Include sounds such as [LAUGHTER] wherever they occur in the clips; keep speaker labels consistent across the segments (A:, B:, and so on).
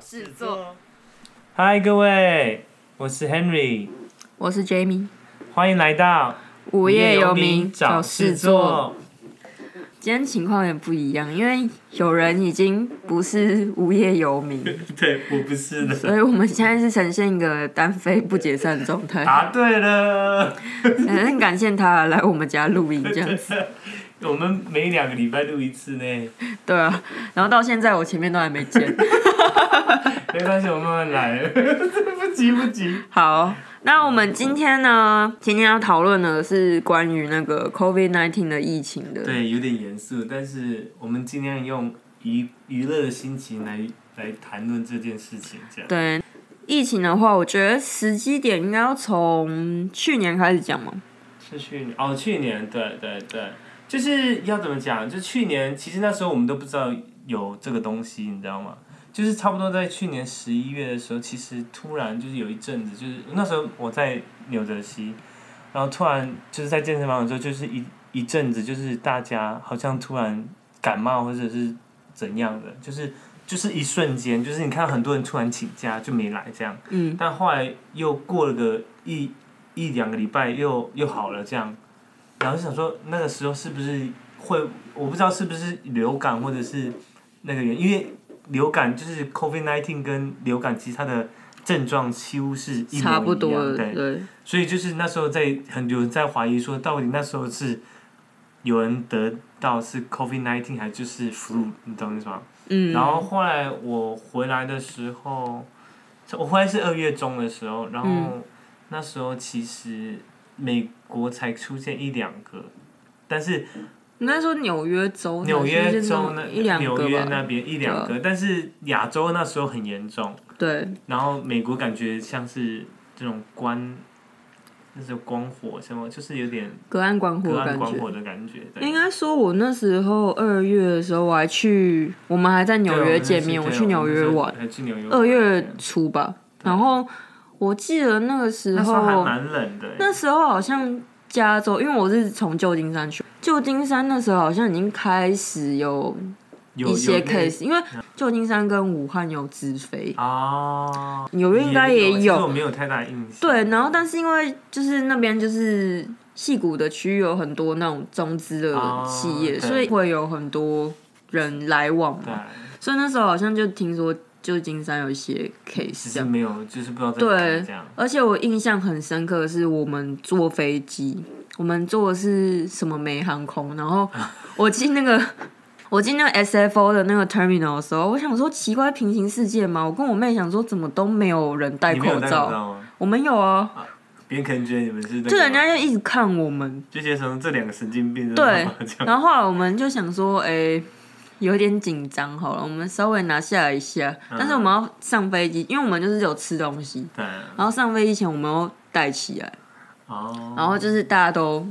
A: 子座，
B: 嗨，各位，我是 Henry，
C: 我是 Jamie，
B: 欢迎来到
C: 无
B: 无
C: 业游
B: 民
C: 民找事做。。今天情况也不一样，因为有人已经不是无业游民， [LAUGHS]
B: [LAUGHS] 对，我不是的。
C: 所以我们现在是呈现一个单飞不解散的状态。
B: 答对了， [LAUGHS]
C: 很感谢他来我们家录音这样 [LAUGHS] 子，
B: 我们每两个礼拜录一次呢，
C: 对啊。然后到现在我前面都还没见。
B: 没关系，我慢慢来， [LAUGHS] 不急不急。
C: 好，那我们今天呢，今天要讨论的是关于那个 COVID nineteen 的疫情的。
B: 对，有点严肃，但是我们尽量用娱娱乐的心情来来谈论这件事情，这样。
C: 对，疫情的话，我觉得时机点应该要从去年开始讲嘛。
B: 是去年哦，去年对对对，就是要怎么讲？就去年，其实那时候我们都不知道有这个东西，你知道吗？就是差不多在去年十一月的时候，其实突然就是有一阵子，就是那时候我在纽泽西，然后突然就是在健身房的时候，就是一一阵子，就是大家好像突然感冒或者是怎样的，就是就是一瞬间，就是你看到很多人突然请假就没来这样。
C: 嗯，
B: 但后来又过了个一一两个礼拜又又好了这样，然后就想说那个时候是不是会我不知道是不是流感或者是那个原因，因为流感就是 COVID nineteen 跟流感其实它的症状几乎是一模一样，
C: 差不多了，
B: 对，
C: 对，
B: 所以就是那时候在很有人在怀疑说到底那时候是有人得到是 COVID nineteen 还就是 flu，你懂我意思吗？
C: 嗯，
B: 然后后来我回来的时候，我回来是二月中的时候，然后
C: 嗯
B: 那时候其实美国才出现一两个，但是
C: 应该说纽约州，
B: 纽约州那
C: 哦那一两
B: 纽约
C: 个
B: 那
C: 吧，啊
B: 边一两个，但是亚洲那时候很严重，
C: 对，
B: 然后美国感觉像是这种关，那是光火什么，就是有点
C: 隔岸观火
B: 隔
C: 的
B: 岸
C: 感
B: 观
C: 觉。
B: 火的感觉，对
C: 应该说，我那时候二月的时候，我还去，我们还在纽约见面，我去纽约玩，，
B: 对去纽约玩
C: 二月初吧。
B: 对
C: 然后我记得那个时
B: 那时候还
C: 候，
B: 蛮冷的，
C: 那时候好像加州，因为我是从旧金山去，旧金山那时候好像已经开始有
B: 有
C: 一些
B: 有那
C: case，因为旧金山跟武汉有直飞，
B: 哦，
C: 纽约应该也
B: 其实我
C: 有。
B: 没有太大印象。
C: 对，然后但是因为就是那边就是戏谷的区域有很多那种中资的
B: 哦
C: 企业，
B: 对
C: 所以会有很多人来往
B: 对
C: 嘛，，所以那时候好像就听说旧金山有一些
B: 只
C: case 这
B: 是
C: 样。
B: 没有，就是不知道在哪
C: 对
B: 里这样。
C: 而且我印象很深刻的是，我们坐飞机，我们坐的是什么美航空，然
B: [LAUGHS]
C: 后我进那个。我进那个 SFO 的那个 terminal 的时候，我想说奇怪，平行世界吗？我跟我妹想说，怎么都没有人戴
B: 你
C: 口
B: 们有戴
C: 罩？
B: 口罩吗？
C: 我们有啊，
B: 别人可能觉得你们是那个
C: 就人家就一直看我
B: [LAUGHS]
C: 们。
B: 就觉得什么这两个神经病，
C: 对
B: 然后这样
C: 然后后来我们就想说，哎、有点紧张，好了，我们稍微拿下来一下。
B: 嗯
C: 但是我们要上飞机，因为我们就是有吃东西，
B: 对
C: 然后上飞机前我们要戴起来。
B: 哦，
C: 然后就是大家都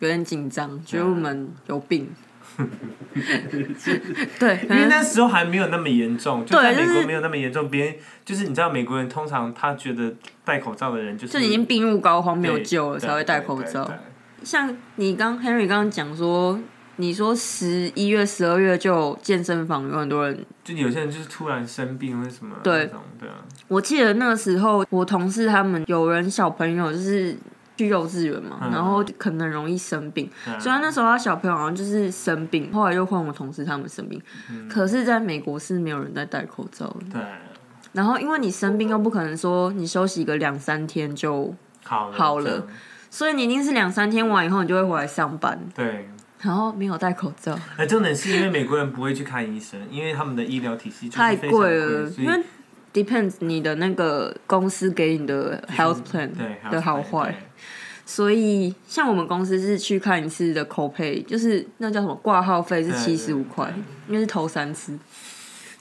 C: 有点紧张，觉得
B: 嗯
C: 我们有
B: [LAUGHS]
C: 病。对，可
B: 因为
C: 能
B: 那时候还没有那么严重，就
C: 对
B: 在美
C: 就
B: 国
C: 是
B: 没有那么严重，别人就是你知道美国人通常他觉得戴口罩的人就是
C: 就已经病入膏肓，
B: 对
C: 没有救了，
B: 对
C: 才会戴口罩。像你刚 Henry 刚刚讲说，你说十一月、十二月就有健身房有很多人，
B: 对对就有些人就是突然生病或者什么
C: 对
B: 那种，对啊，
C: 我记得那个时候我同事他们有人小朋友就是去幼稚园嘛，
B: 嗯
C: 然后可能容易生病，
B: 对啊
C: 虽然那时候他小朋友好像就是生病，后来又换我同事他们生病，
B: 嗯
C: 可是在美国是没有人在戴口罩的。
B: 对啊
C: 然后因为你生病又不可能说你休息个两三天就，
B: 好
C: 好了
B: 这样
C: 所以你一定是两三天完以后你就会回来上班，
B: 对。
C: 然后没有戴口罩，
B: [LAUGHS] 哎，重点是因为美国人不会去看医生，因为他们的医疗体系就是
C: 太
B: 非常贵
C: 了，
B: 所以
C: 因为 depends 你的那个公司给你的 health plan
B: 嗯对
C: 的好坏，。所以像我们公司是去看一次的口 pay，就是那叫什么挂号费是
B: 对
C: 七十五块
B: 对
C: 因
B: 对，
C: 为是头三次，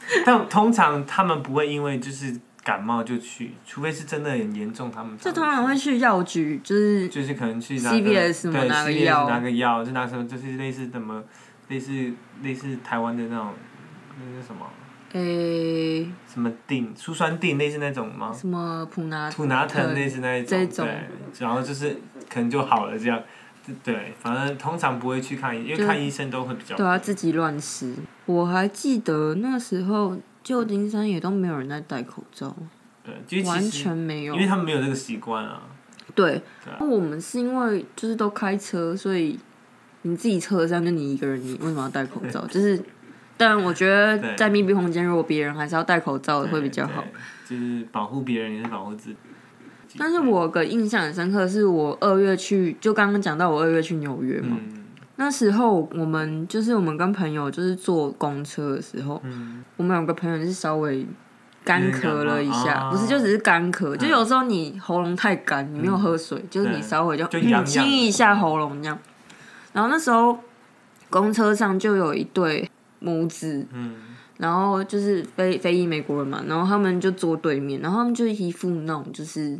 B: 对但通常他们不会因为就是感冒就去，除非是真的很严重，他们
C: 这
B: 才
C: 通常会去药局，就是
B: 去就是可能去拿个
C: CVS 嘛
B: 对
C: 拿个
B: CVS
C: 药
B: 拿个药就拿什么，就是类似什么，类似类似台湾的那种，那是什么
C: 诶、
B: 什么定舒酸定类似那种吗？
C: 什么普拿
B: 普拿疼
C: 疼
B: 类似那一
C: 这
B: 种，
C: 一种
B: 对，然后就是可能就好了这样，对，反正通常不会去看医，因为
C: 就
B: 看医生都会比较
C: 对啊，自己乱吃。我还记得那时候旧金山也都没有人在戴口罩，
B: 对，就是
C: 完
B: 其实
C: 全没有
B: 因。为他们没有这个习惯啊。
C: 对
B: 对啊，
C: 那我们是因为就是都开车，所以你自己车上就你一个人，你为什么要戴口
B: [LAUGHS]
C: 罩？就是，但我觉
B: 对
C: 得在密闭空间，如果别人还是要戴口罩会比较好。
B: 对，就是保护别人也是保护自己。
C: 但是我有个印象很深刻，是我二月去，就刚刚讲到我二月去纽约嘛，
B: 嗯
C: 那时候我们就是我们跟朋友就是坐公车的时候，
B: 嗯，
C: 我们有个朋友就是稍微干咳了一
B: 有点感
C: 下，
B: 冒
C: 不是就只是干咳，就有时候你喉咙太干，你没有喝水，就是你稍微就
B: 就痒痒的
C: 清一下喉咙这样。然后那时候公车上就有一对母子，
B: 嗯
C: 然后就是非非裔美国人嘛，然后他们就坐对面，然后他们就一副那种就是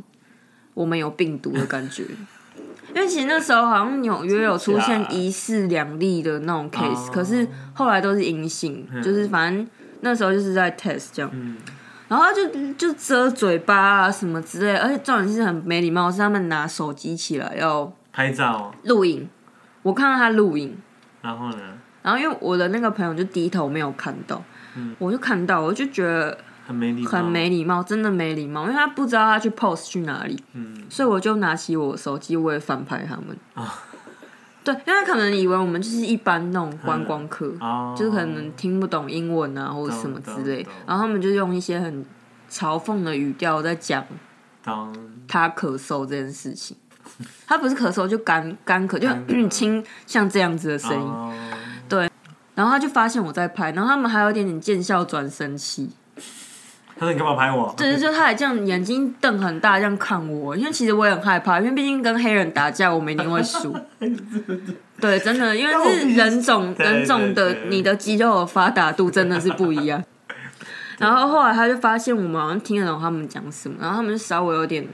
C: 我们有病毒的感觉。 [LAUGHS] 因为其实那时候好像纽约有出
B: 真的假
C: 现
B: 的
C: 疑似两例的那种 case，、
B: 哦
C: 可是后来都是阴性，就是反正那时候就是在 test 这样，
B: 嗯，
C: 然后他就就遮嘴巴啊什么之类的，而且重点是很没礼貌，是他们拿手机起来要
B: 拍照，
C: 录影，我看到他录影，
B: 然后呢，
C: 然后因为我的那个朋友就低头没有看到，我就看到，我就觉得
B: 很没礼貌，
C: 很没礼貌，真的没礼貌，因为他不知道他去 post 去哪里，
B: 嗯
C: 所以我就拿起我手机，我也反拍他们。
B: 啊
C: [LAUGHS] 对，因为他可能以为我们就是一般那种观光客，
B: 哦，
C: 就是可能听不懂英文啊或者什么之类
B: 懂懂，
C: 然后他们就用一些很嘲讽的语调在讲
B: 当
C: 他咳嗽这件事
B: [LAUGHS]
C: 情。他不是咳嗽，就干干咳，
B: 干咳
C: 就 [COUGHS] 轻像这样子的声音。
B: 哦
C: 然后他就发现我在拍，然后他们还有一点点见笑转生气，
B: 他说你干嘛拍我？
C: 对，就他还这样眼睛瞪很大这样看我，因为其实我也很害怕，因为毕竟跟黑人打架，我们一定会
B: [LAUGHS]
C: 输。对，真的，因
B: 那我
C: 为
B: 必须
C: 是人种
B: 对
C: 人种的
B: 对对，对
C: 你的肌肉的发达度真的是不一
B: [LAUGHS]
C: 样。然后后来他就发现我们好像听得懂他们讲什么，然后他们就稍微有点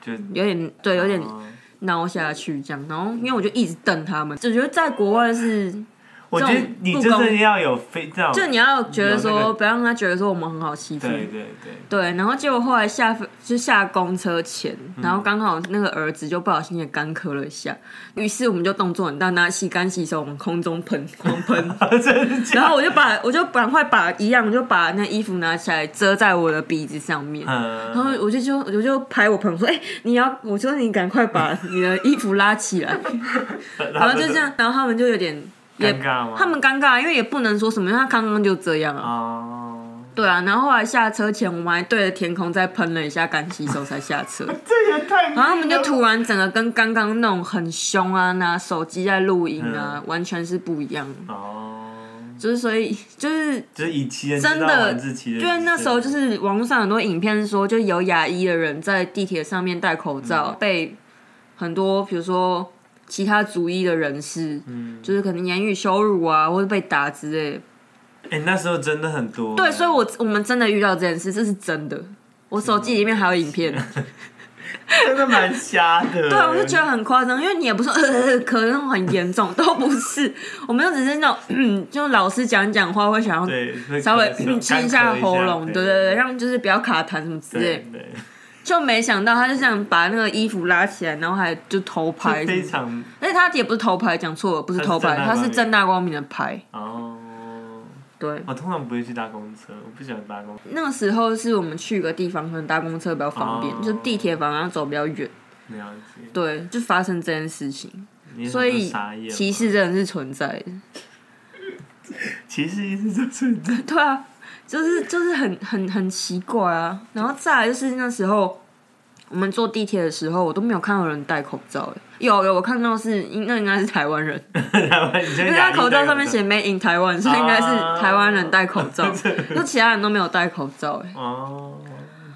B: 就
C: 有点对有点
B: 哦
C: 挠下去这样，然后因为我就一直瞪他们，我觉得在国外是
B: 我觉得你真的要有非这样，
C: 就你要觉得
B: 有那
C: 说
B: 个
C: 不要让他觉得说我们很好欺负，
B: 对对对，
C: 对，然后结果后来下飞就下公车前，然后
B: 嗯
C: 刚好那个儿子就不小心也干咳了一下，于是我们就动作很大，拿洗干洗手往空中喷狂喷，
B: [LAUGHS] 真的假
C: 然后我就把我就赶快把一样，我就把那衣服拿起来遮在我的鼻子上面。
B: 嗯，
C: 然后我就就我就拍我朋友说，哎、你要我说你赶快把你的衣服拉起
B: [LAUGHS]
C: 来，然
B: 然
C: 后就这样，然后他们就有点也
B: 尴尬吗？
C: 他们尴尬，因为也不能说什么，因为他刚刚就这样啊。
B: 哦，
C: 对啊，然后后来下车前，我们还对着天空再喷了一下干洗手才下车，
B: 这也太
C: 然后他们就突然整个跟刚刚那种很凶啊，拿手机在录音啊，完全是不一样的。
B: 哦，
C: 就是所以就是
B: 就是以其人之
C: 真
B: 道
C: 的，
B: 还治其
C: 因
B: 人之
C: 为那时候就是网络上很多影片是说，就有牙医的人在地铁上面戴口罩，被很多比如说其他族裔的人士，
B: 嗯
C: 就是可能言语羞辱啊，或者被打之类的
B: 哎、那时候真的很多。
C: 对，所以我我们真的遇到这件事，这是真的。我手机里面还有影片，
B: 真的蛮瞎的。
C: 对，啊我就觉得很夸张，因为你也不是说 [LAUGHS] 呃咳那种很严重，都不是， [LAUGHS] 我们就只是那种，嗯，就老师讲一讲话会想要
B: 对，那
C: 稍微
B: 可能
C: 嗯
B: 是
C: 清
B: 干
C: 一
B: 咳
C: 下
B: 一
C: 喉咙，对对对，
B: 对，
C: 让就是不要卡痰什么之类的，
B: 对
C: 就没想到他就这样把那个衣服拉起来，然后还就偷拍
B: 对，
C: 什么的，
B: 非常
C: 而且他也不是偷拍，讲错了，不是
B: 他是
C: 偷拍，
B: 正大
C: 他
B: 光
C: 是
B: 明
C: 正大光明的拍，
B: 哦。
C: 对。
B: 我通常不会去搭公车，我不喜欢搭公车。
C: 那个时候是我们去一个地方，可能搭公车比较方便，
B: 哦
C: 就地铁反而要走比较远。
B: 了解，
C: 对，就发生这件事情，
B: 你
C: 所以
B: 傻眼吗
C: 歧视真的是存在的。
B: 歧视一直都存在。
C: [LAUGHS] 对啊，就是就是很很很奇怪啊。然后再来就是那时候我们坐地铁的时候，我都没有看到有人戴口罩欸。有有，我看到是应那应该是台湾人，
B: 台湾，因
C: 因为他口罩上面写 “Made in 台湾”，所以应该是
B: 啊
C: 台湾人戴口
B: [LAUGHS]
C: 罩，就其他人都没有戴口罩欸。
B: 哦，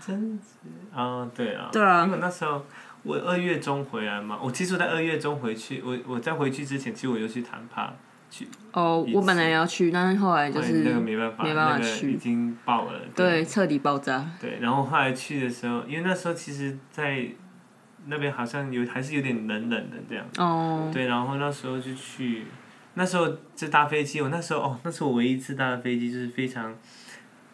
B: 真是啊，对啊，
C: 对啊
B: 因为那时候我二月中回来嘛，我其实我在二月中回去，我我在回去之前，其实我就去谈判，去，
C: 哦，我本来要去，但是后来就
B: 哎
C: 是
B: 那个没办法，
C: 没办法
B: 那个
C: 去
B: 已经爆了，
C: 对啊彻底爆炸。
B: 对，然后后来去的时候，因为那时候其实，在那边好像有还是有点冷冷的这样，
C: 哦，
B: 对，然后那时候就去，那时候就搭飞机，我那时候哦，那是我唯一一次搭的飞机，就是非常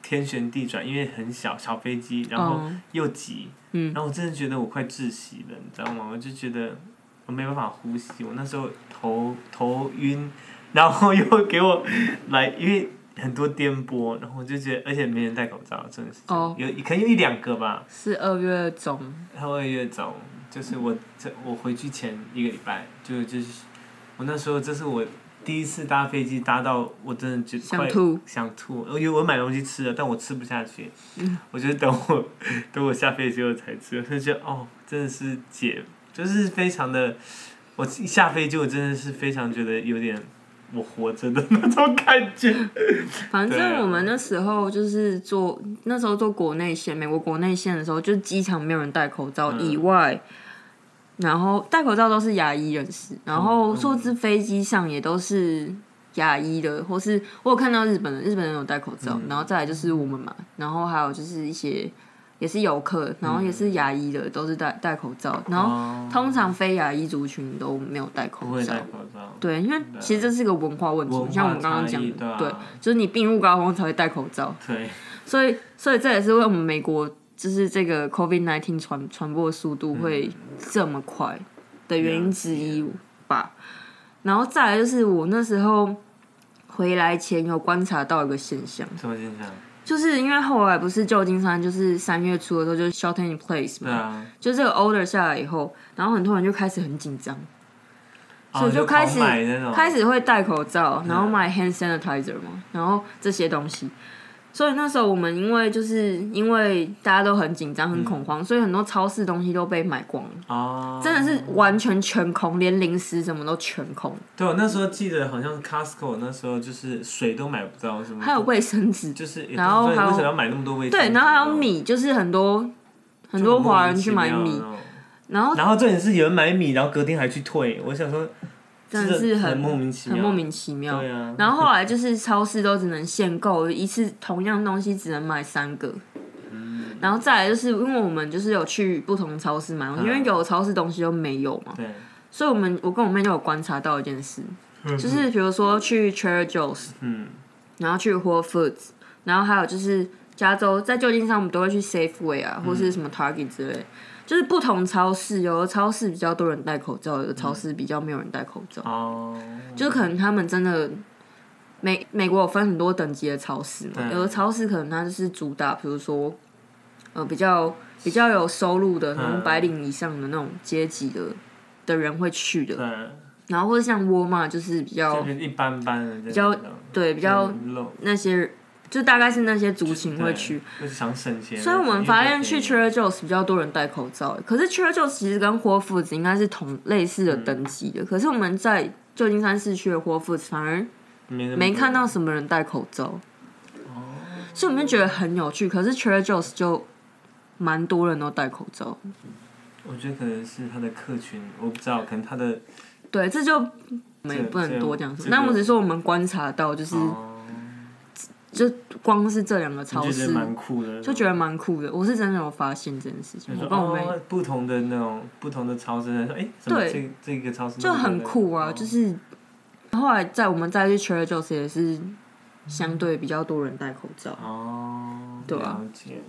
B: 天旋地转，因为很小小飞机，然后
C: 嗯
B: 又挤，
C: 嗯
B: 然后我真的觉得我快窒息了，你知道吗？我就觉得我没办法呼 [LAUGHS] 吸，我那时候头头晕，然后又给我来，因为很多颠簸，然后我就觉得，而且没人戴口罩，真的是这样
C: 哦
B: 有可能有一两个吧。
C: 是二月中，
B: 然后二月中，就是我这我回去前一个礼拜，就就是我那时候，这是我第一次搭飞机搭到我真的觉得
C: 想
B: 快
C: 吐，
B: 想吐，因为我买东西吃了，但我吃不下去，
C: 嗯
B: 我就等我等我下飞机后才吃，我就觉得哦，真的是解，就是非常的，我一下飞机我真的是非常觉得有点我活着的那种感
C: [LAUGHS]
B: 觉，
C: 反
B: 对啊
C: 正我们那时候就是做那时候做国内线，美国国内线的时候，就机场没有人戴口罩以
B: 嗯
C: 外，然后戴口罩都是牙医人士，然后坐姿飞机上也都是牙医的，或是我有看到日本人，日本人有戴口
B: 嗯
C: 罩，然后再来就是我们嘛，然后还有就是一些也是游客，然后也是牙医的，都是戴戴口罩，然后
B: 嗯哦，
C: 通常非牙医族群都没有戴口
B: 不会
C: 罩
B: 戴。口罩，
C: 对，因为其实这是个文化问题，
B: 文化
C: 像我们刚刚
B: 差
C: 讲
B: 异
C: 的，
B: 对啊
C: 对，就是你病入膏肓才会戴口罩，
B: 对，
C: 所以所以这也是为我们美国就是这个 COVID nineteen 传传播速度会
B: 嗯
C: 这么快的原因之一吧。然后再来就是我那时候回来前有观察到一个现象，
B: 什么现象？
C: 就是因为后来不是旧金山就是三月初的时候就是 shelter in place
B: 对
C: 嘛，
B: 啊，
C: 就这个 order 下来以后，然后很多人就开始很紧张。所以
B: 哦
C: 我就开始
B: 狂买那种
C: 开始会戴口
B: 啊
C: 罩，然后买 hand sanitizer 嘛，然后这些东西。所以那时候我们因为就是因为大家都很紧张、很恐慌，所以很多超市东西都被买光了，
B: 嗯哦，
C: 真的是完全全空，连零食什么都全空，
B: 对，我那时候记得好像 Costco 那时候就是水都买不到，什么
C: 还有卫生纸，
B: 就是也不知
C: 然
B: 道
C: 后
B: 为
C: 还有
B: 什么要买那么多卫生纸
C: 对，然后还有，米，就是很多
B: 就
C: 很多
B: 莫名
C: 华人去买
B: 其妙的
C: 米
B: 那，种。
C: 然后
B: 然后重点是有人买米，然后隔天还去退，我想说
C: 真的是
B: 这
C: 很
B: 很莫名其
C: 很
B: 妙，
C: 莫名其妙。
B: 对啊，
C: 然后后来就是超市都只能限购，一次同样东西只能买三个。然后再来就是因为我们就是有去不同超市买，因为有的超市东西都没有嘛，
B: 对，
C: 所以我们我跟我妹就有观察到一件事，就是比如说去 Trader Joe's，
B: 嗯，
C: 然后去 Whole Foods，然后还有就是加州在旧金山我们都会去 Safeway 啊，或是什么 Target 之类，就是不同超市，有的超市比较多人戴口罩，有的超市比较没有人戴口罩。
B: 哦，
C: 就是可能他们真的美美国有分很多等级的超市嘛，
B: 对
C: 有的超市可能它就是主打，比如说呃比较比较有收入的，可
B: 嗯
C: 能白领以上的那种阶级的的人会去的，
B: 对，
C: 然后或者像沃尔玛就是比较
B: 就是一般般的，比
C: 较对比较
B: low，
C: 那些就大概是那些族群会去。，
B: 对就是想省钱。
C: 所以我们发现去
B: 因为
C: Trader Joe's 比较多人戴口罩，欸可是 Trader Joe's 其实跟 Whole Foods 应该是同类似
B: 嗯
C: 的等级的，可是我们在旧金山市区的 Whole Foods 反而
B: 没那么
C: 没
B: 多
C: 看到什么人戴口罩，所以我们就觉得很有趣。可是 Trader Joe's 就蛮多人都戴口罩，
B: 我觉得可能是他的客群，我不知道，可能他的
C: 对，这就我们也
B: 这
C: 不能
B: 这
C: 多讲什
B: 这
C: 么。
B: 个
C: 那我只是说我们观察到，就是
B: 哦，
C: 光是这两个
B: 我
C: 超
B: 觉得
C: 市
B: 蛮酷的，
C: 就觉得蛮酷的。我是真的有发现这件事情，
B: 就
C: 我
B: 说
C: 跟我妹
B: 哦，不同的那种不同的超市，说哎，怎么
C: 对
B: 这这个超市
C: 就很酷
B: 哦
C: 啊，就是是后来在我们再去 Trader Joe's 也是相对比较多人戴口罩。
B: 哦，
C: 对啊
B: 了解，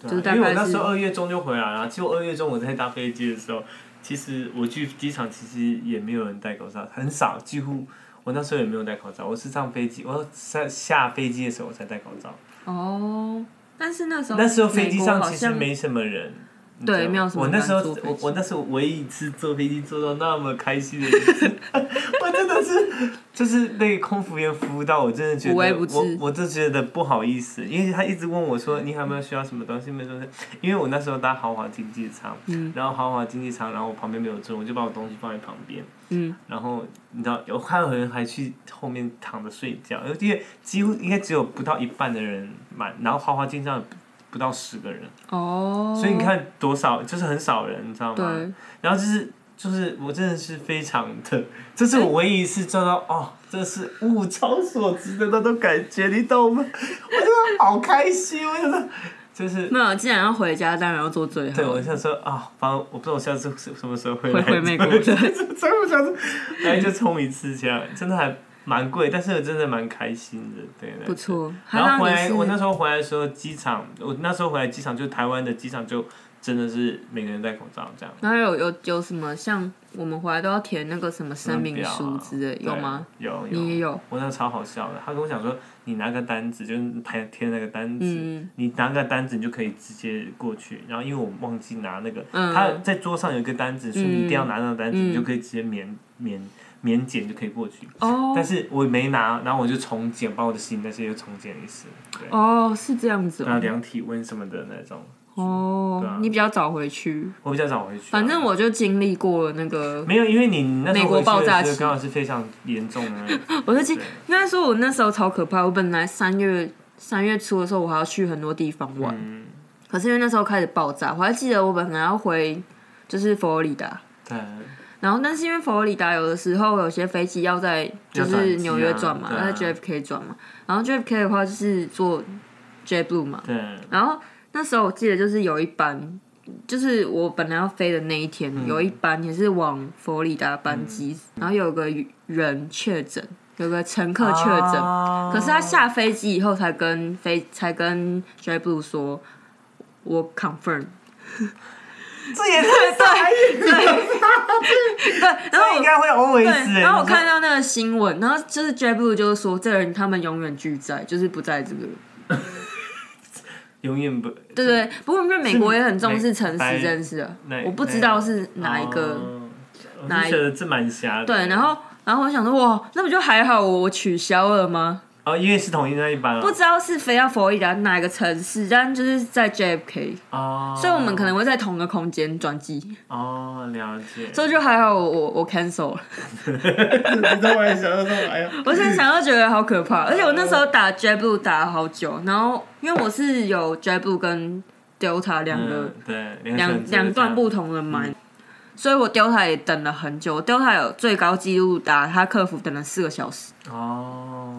B: 对啊
C: 就是大概
B: 因为我那
C: 是
B: 时候二月中就回来了，结果二月中我在搭飞机的时候，其实我去机场其实也没有人戴口罩，很少，几乎我那时候也没有戴口罩，我是上飞机，我下下飞机的时候我才戴口罩，
C: 哦，但是那时候
B: 那时候飞机上
C: 美国好
B: 其实
C: 像
B: 没什么人。你
C: 对
B: 知道吗
C: 没有什么
B: 我那
C: 人
B: 时候
C: 坐飞，
B: 我
C: 机
B: 我那时候唯一一次坐飞机坐到那么开心的一次， [LAUGHS] 我真的是，就是被空服员服务到，我真的觉得
C: 无微不
B: 我
C: 至
B: 我就觉得不好意思，因为他一直问我说你还有没有需要什么东西，没有东西，因为我那时候搭豪华经济舱，
C: 嗯
B: 然后豪华经济舱，然后我旁边没有坐，我就把我东西放在旁边，
C: 嗯，
B: 然后你知道，有还有人还去后面躺着睡觉，因为几乎应该只有不到一半的人买，然后花花经常不到十个人，
C: 哦，
B: 所以你看多少就是很少人，你知道吗？
C: 对。
B: 然后就是就是我真的是非常的，这是我唯一一次做到哦，这是物超所值的那种感觉，你懂吗？我真的好开心，我真的就是。
C: 没有，既然要回家，当然要做最好
B: 对，
C: 的。
B: 我想说啊，反正我不知道我下次是什么时候回来，
C: 会回美国
B: 真的真的下次来就冲一次这样，真的还蛮贵，但是真的蛮开心的，对对。
C: 不错，还
B: [LAUGHS] 然后
C: 让
B: 回
C: 你
B: 来，
C: 是
B: 我那时候回来的时候，机场，我那时候回来机场就台湾的机场就真的是每个人戴口罩这样。
C: 然后有有有什么像我们回来都要填那个什么声明书之类，
B: 嗯对
C: 有吗？？
B: 有
C: 你也
B: 有。
C: 有，
B: 我那个超好笑的，他跟我讲说，你拿个单子，就是拍贴那个单子，
C: 嗯，
B: 你拿个单子你就可以直接过去。然后因为我忘记拿那个，
C: 嗯
B: 他在桌上有一个单子，说你一定要拿那个单子，
C: 嗯
B: 你就可以直接免免免检就可以过去。
C: 哦
B: 但是我没拿，然后我就重检，把我的行李那些又重检一次，对，
C: 哦，是这样子
B: 然后
C: 哦
B: 量体温什么的那种。对
C: 哦
B: 啊，
C: 你比较早回去，
B: 我比较早回去啊、
C: 反正我就经历过了那个， [LAUGHS]
B: 没有，因为你那时候
C: 美国
B: 回去
C: 爆炸
B: 的时候
C: 期
B: 刚好是非常严重的那种，
C: 我就经
B: 对
C: 应该说，我那时候超可怕。我本来三月三月初的时候，我还要去很多地 [LAUGHS] 方玩，
B: 嗯，
C: 可是因为那时候开始爆炸，我还记得我本来要回就是佛罗里达，
B: 对，
C: 然后但是因为佛罗里达有的时候有些飞机要在就是纽约转啊嘛，
B: 要
C: 在
B: 转机
C: JFK 转嘛，然后 JFK 的话就是坐 JetBlue 嘛，
B: 对，
C: 然后那时候我记得就是有一班，就是我本来要飞的那一天，有一班也是往佛罗里达班机，然后有个人确诊，有个乘客确诊，
B: 啊
C: 可是他下飞机以后才跟飞才跟 JetBlue 说，我 confirm。 [LAUGHS]
B: 这也太傻眼了，
C: 对，然后
B: 这
C: 我
B: 应该会 always 欸 [LAUGHS]
C: 对，然后我
B: 你说
C: 看到那个新闻，然后就是 JetBlue 就说，这个人他们永远拒载，就是不在这个人。
B: 永远不
C: 对对，不过因为美国也很重视诚实
B: 白
C: 这件事啊
B: 哪，
C: 我不知道是哪一个。
B: 哦我
C: 哪
B: 就
C: 一
B: 觉得这蛮瞎的，
C: 对，然后然后我想说，哇，那不就还好我，我取消了吗？
B: 哦，因为是同一那一班
C: 不知道是飞到佛罗里达哪个城市，但就是在 JFK，
B: 啊，哦
C: 所以我们可能会在同个空间转机，
B: 哦了解，
C: 所以就还好我，我我 cancel 了。
B: [LAUGHS] 你知道我也想到说，哎呀，
C: 我现在想到觉得好可
B: [LAUGHS]
C: 怕，而且我那时候打 JetBlue 打了好久，然后因为我是有 JetBlue 跟 Delta [LAUGHS] 两个。
B: 嗯对两
C: 两两段不同的
B: 嗯
C: 买，所以我 Delta 也等了很久。Delta 有最高纪录打他客服等了四个小时，
B: 哦，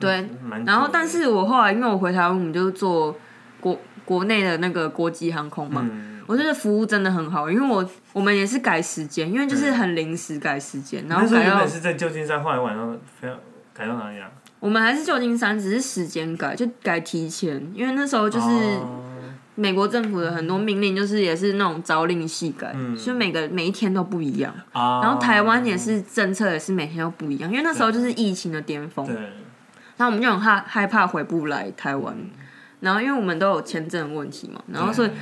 C: 对
B: 嗯，蛮久的
C: 然后但是我后来因为我回台湾，我们就是坐国国内的那个国际航空嘛。
B: 嗯，
C: 我觉得服务真的很好，因为我我们也是改时间，因为就是很临时改时间，然
B: 嗯那
C: 后
B: 时候
C: 改
B: 原
C: 到
B: 本是在旧金山，后来晚上非要改到哪里啊？
C: 我们还是旧金山，只是时间改，就改提前，因为那时候就是
B: 哦
C: 美国政府的很多命令，就是也是那种朝令夕改，
B: 嗯
C: 所以每个每一天都不一样。
B: 啊，
C: 然后台湾也是政策也是每天都不一样，因为那时候就是疫情的巅峰，
B: 对，
C: 然后我们就很害害怕回不来台湾，然后因为我们都有签证的问题嘛，然后所以
B: 对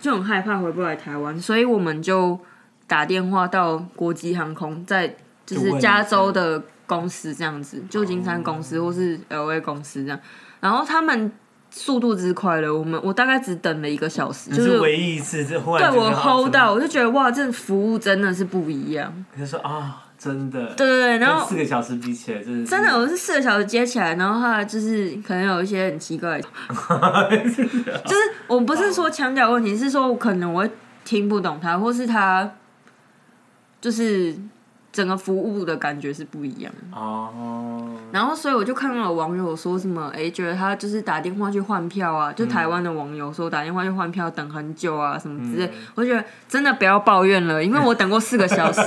C: 就很害怕回不来台湾，所以我们就打电话到国际航空，在就
B: 就问
C: 是
B: 一下
C: 加州的公司这样子，旧金山公司
B: 哦
C: 或是 L A 公司这样，然后他们速度之快了，我们我大概只等了一个小时，
B: 你
C: 就是是。
B: 唯一一次这忽然
C: 对
B: 觉得
C: 我
B: 好
C: hold 到，我就觉得哇，这服务真的是不一样。
B: 你就说啊，真的，
C: 对对对，然后
B: 跟四个小时比起来，真的是
C: 真的，我是四个小时接起来，然后他就是可能有一些很奇怪的，就是我不是说腔调问题，是说我可能我会听不懂他，或是他就是整个服务的感觉是不一样的。
B: 哦，
C: 然后，所以我就看到有网友说什么，哎、觉得他就是打电话去换票啊，就台湾的网友说打电话去换票等很久啊，什么之类。我觉得真的不要抱怨了，因为我等过四个小时，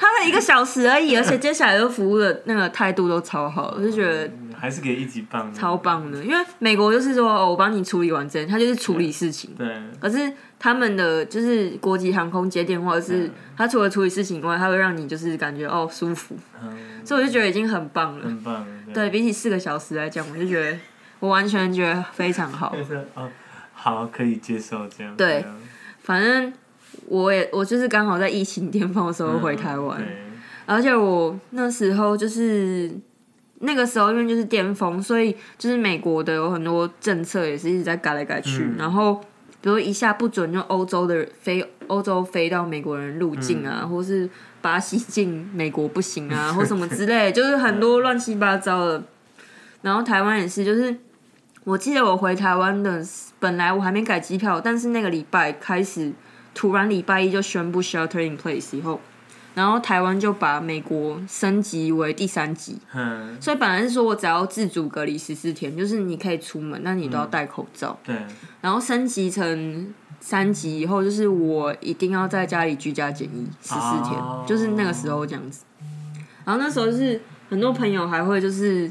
C: 他们一个小时而已，而且接下来的服务的那个态度都超好，我就觉得
B: 嗯还是给一级棒，
C: 超棒的。因为美国就是说，哦，我帮你处理完这件，他就是处理事情。
B: 对，
C: 可是他们的就是国际航空接电话是
B: 嗯，
C: 他除了处理事情以外，他会让你就是感觉哦舒服，
B: 嗯，
C: 所以我就觉得已经很棒了。
B: 很棒，
C: 对比起四个小时来讲，我就觉得我完全觉得非常好
B: 就。是哦，好，可以接受这样，
C: 对
B: 这样，
C: 反正我也我就是刚好在疫情巅峰的时候回台湾，
B: 嗯
C: 而且我那时候就是那个时候因为就是巅峰，所以就是美国的有很多政策也是一直在改来改去，
B: 嗯
C: 然后。比如一下不准用欧洲的人飞欧洲飞到美国人入境啊，或是巴西进美国不行啊，或什么之类，就是很多乱七八糟的。然后台湾也是，就是我记得我回台湾的，本来我还没改机票，但是那个礼拜开始，突然礼拜一就宣布 shelter in place 以后，然后台湾就把美国升级为第三级，
B: 对，嗯，
C: 所以本来是说我只要自主隔离十四天，就是你可以出门，但你都要戴口罩。
B: 对，
C: 然后升级成三级以后，就是我一定要在家里居家检疫十四天，
B: 哦嗯
C: 就是那个时候这样子。然后那时候就是很多朋友还会就是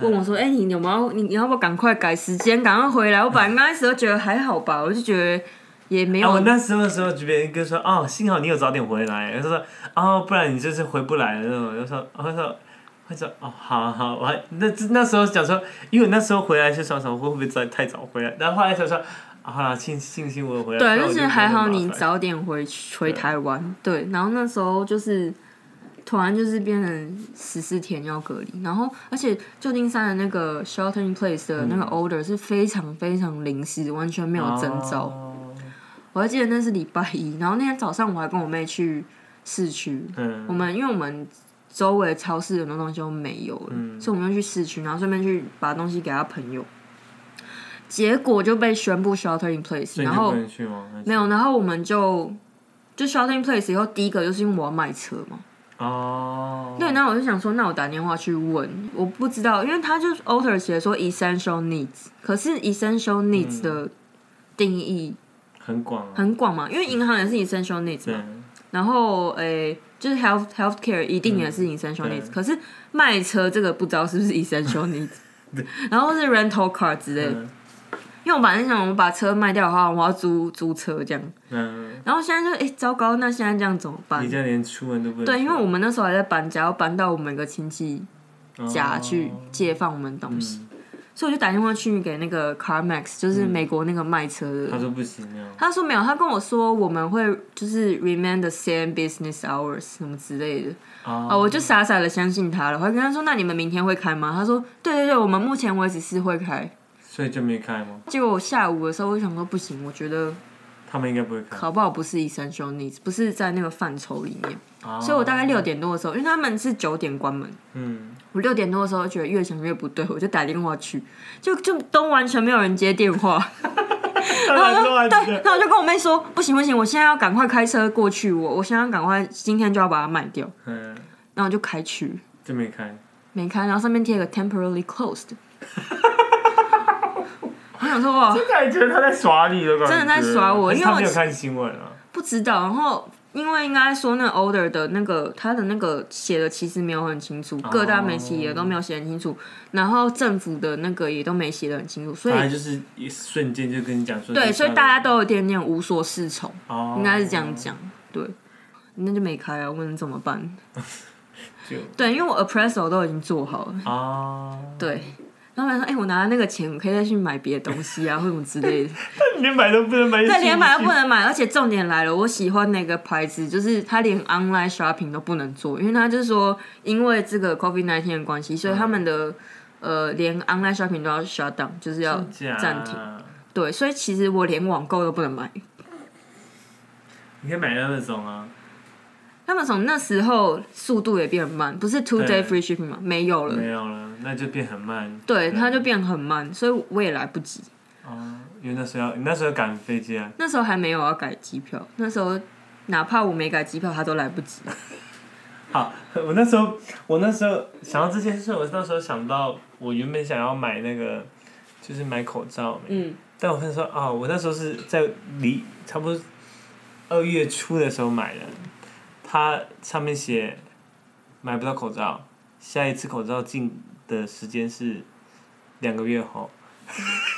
C: 问我说：“哎、你有没有你你要不要赶快改时间，赶快回来？”我本来刚开始都觉得还好吧，我就觉得也没有。
B: 啊，我那时候的时候，别人跟说哦，幸好你有早点回来，他说哦，不然你就是回不来了那种。就说，哦他说，他说哦，好好，我还那那时候想说，因为我那时候回来是想想会不会再太早回来，然后后来想说，啊，好了，庆庆幸我有回来。
C: 对，
B: 不然
C: 就
B: 我
C: 是还好
B: 不会那
C: 你
B: 么麻烦
C: 早点回去回台湾。对，然后那时候就是突然就是变成十四天要隔离，然后而且旧金山的那个 shelter in place 的那个 order 是非常非常临时，完全没有征兆。
B: 嗯哦
C: 我还记得那是礼拜一，然后那天早上我还跟我妹去市区，
B: 嗯
C: 我们因为我们周围超市很多东西都没有了，
B: 嗯
C: 所以我们就去市区，然后顺便去把东西给他朋友。结果就被宣布 shelter in place，
B: 所以
C: 然
B: 你
C: 后
B: 不能去吗？还是
C: 没有，嗯然后我们就就 shelter in place 以后，第一个就是因为我要买车嘛。
B: 哦，
C: 对，那我就想说，那我打电话去问，我不知道，因为他就是 author 写说 essential needs，可是 essential
B: 嗯
C: needs 的定义
B: 很广啊，
C: 很广嘛，因为银行也是 essential needs
B: 对
C: 嘛，，然后诶、就是 health healthcare 一定也是 essential
B: 嗯对
C: needs，、可是卖车这个不知道是不是
B: [LAUGHS]
C: essential needs，然后是 rental car 之类的，
B: 嗯
C: 因为我本来想我把车卖掉的话，我要租租车这样，
B: 嗯，
C: 然后现在就哎、糟糕，那现在这样怎么办
B: 你？这样连出门都不能出。
C: 对，因为我们那时候还在搬家，要搬到我们一个亲戚
B: 哦嗯
C: 家去借放我们东西，所以我就打电话去给那个 CarMax，就是美国那个卖车的
B: 嗯他说不行啊那样，
C: 他说没有，他跟我说我们会就是 remain the same business hours 什么之类的啊、
B: 哦，
C: 我就傻傻的相信他了。我还跟他说，那你们明天会开吗？他说，对对对，我们目前为止是会开。
B: 所以就没开吗？
C: 结果我下午的时候，我就想说不行，我觉得
B: 他们应该不会开，
C: 搞不好不是 essential needs，不是在那个范畴里面。
B: 哦
C: 所以我大概六点多的时候，因为他们是九点关门，
B: 嗯，
C: 我六点多的时候觉得越想越不对，我就打电话去，就就都完全没有人接电话。
B: 然
C: 然后我就哦对，
B: 对，
C: 然后我就跟我妹说，不行不行，我现在要赶快开车过去，我我现在要赶快今天就要把它卖掉，
B: 嗯，
C: 然后我就开去，
B: 就没开，
C: 没开，然后上面贴了个 temporarily closed。我想说哇，
B: 真的觉得他在耍你的感觉，
C: 真的在耍我
B: 还是他
C: 因为我
B: 没有看新闻啊，
C: 不知道。然后因为应该说那 order 的那个他的那个写的其实没有很清楚，各大媒体也都没有写得很清楚，然后政府的那个也都没写得很清楚，所
B: 反
C: 以
B: 正就是一瞬间就跟你讲说，
C: 对，所以大家
B: 家
C: 都有点点无所适从。
B: 哦，
C: 应该是这样，讲，对，那就没开啊，我能怎么办？
B: [LAUGHS] 就嗯
C: 对，因为我 appraisal 都已经做好了，
B: 哦，
C: 对，然后他说，哎、我拿了那个钱，我可以再去买别的东西啊，或什 [LAUGHS] 么之
B: [LAUGHS]
C: 类的，
B: 但你连买都不能买，
C: 对，连买都不
B: 能，
C: 能买，而且重点来了，我喜欢那个牌子，就是他连 online shopping 都不能做，因为他就是说，因为这个 COVID 1 9的关系，所以他们
B: 嗯
C: 的、呃，连 online shopping 都要 shut down，就是要暂停。
B: 假。
C: 对，所以其实我连网购都不能买。
B: 你可以买那种啊，
C: 他们从那时候速度也变慢，不是 two day
B: 对
C: free shipping 吗？没有了，
B: 没有了，那就变很慢。
C: 对，它就变很慢，所以我也来不及。
B: 哦，因为那时候要，你那时候赶飞机啊，
C: 那时候还没有要改机票，那时候哪怕我没改机票，他都来不及。
B: 好，我那时候我那时候想到这件事，我那时候想到我原本想要买那个，就是买口罩，
C: 嗯，
B: 但我发现说啊、我那时候是在离差不多二呃月初的时候买的，它上面写买不到口罩，下一次口罩进的时间是两个月后。 [LAUGHS]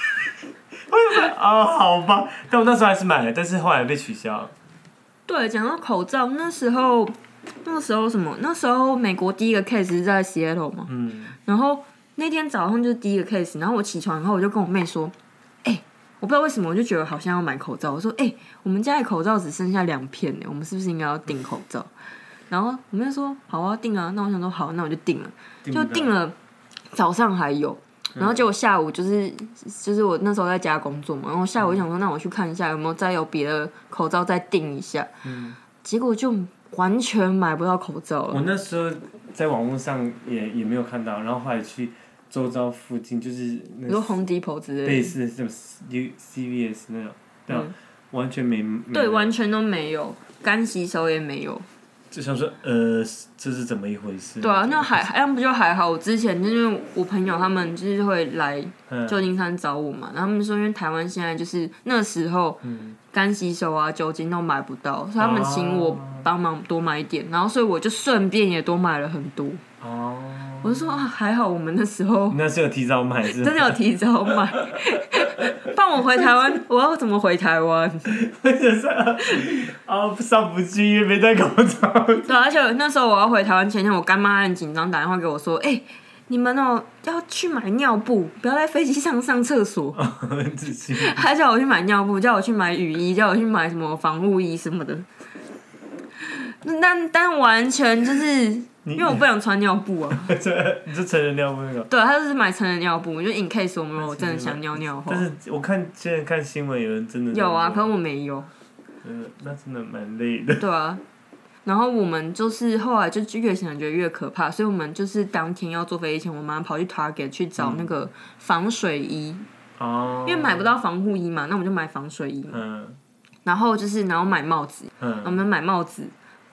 B: 我就说啊、好吧，但我那时候还是买了，但是后来被取消了。
C: 对，讲到口罩，那时候那时候什么？那时候美国第一个 case 是在 Seattle 嘛，
B: 嗯，
C: 然后那天早上就是第一个 case，然后我起床后我就跟我妹说，哎、我不知道为什么我就觉得好像要买口罩，我说，哎、我们家的口罩只剩下两片了，我们是不是应该要订口罩？然后我妹就说，好啊，订啊。那我想说，好，那我就订了，就
B: 定
C: 订了。早上还有，然后结果下午就是就是我那时候在家工作嘛，然后下午我想说，那我去看一下有没有再有别的口罩再订一下，
B: 嗯
C: 结果就完全买不到口罩了。
B: 我那时候在网络上也也没有看到，然后后来去周遭附近，就是那
C: 你说 Home Depot 之类的，
B: 类似什么 U C V S 那种，对啊、完全没没
C: 嗯对，完全都没有，干洗手也没有。
B: 就想说呃，这是怎么一回事？
C: 对啊，那还那不就还好？我之前就是因为我朋友他们就是会来
B: 嗯
C: 旧金山找我嘛，然后他们说因为台湾现在就是那时候
B: 嗯
C: 干洗手啊、酒精都买不到，所以他们请我
B: 哦
C: 帮忙多买一点，然后所以我就顺便也多买了很多。
B: 哦，
C: 我就说啊，还好我们那时候
B: 那是有提早买是吗？ [LAUGHS]
C: 真的有提早买， [LAUGHS] 不然我回台湾，我要怎么回台湾？
B: 或者是啊上不去，没戴口罩。 [LAUGHS]
C: 对，而且那时候我要回台湾前一天，我干妈很紧张，打电话给我说：“哎、你们哦、要去买尿布，不要在飞机上上厕所。
B: 哦自信” [LAUGHS]
C: 她叫我去买尿布，叫我去买雨衣，叫我去买什么防护衣什么的。那但但完全就是因为我不想穿尿布啊，
B: 这你这成人尿布那个。
C: 对，他就是买成人尿布，就 in case 我们有真的想尿尿的话
B: 但，是我看现在看新闻，有人真的
C: 有啊，可
B: 真
C: 是我没有，
B: 的那真的蛮累 [LAUGHS] 的。
C: 对啊。然后我们就是后来就越想觉得越可怕，所以我们就是当天要坐飞机前，我妈跑去 Target 去找那
B: 嗯
C: 个防水衣，
B: 哦，
C: 因为买不到防护衣嘛，那我们就买防水衣，
B: 嗯
C: 然后就是然后买帽子，我
B: 嗯，
C: 们买帽子。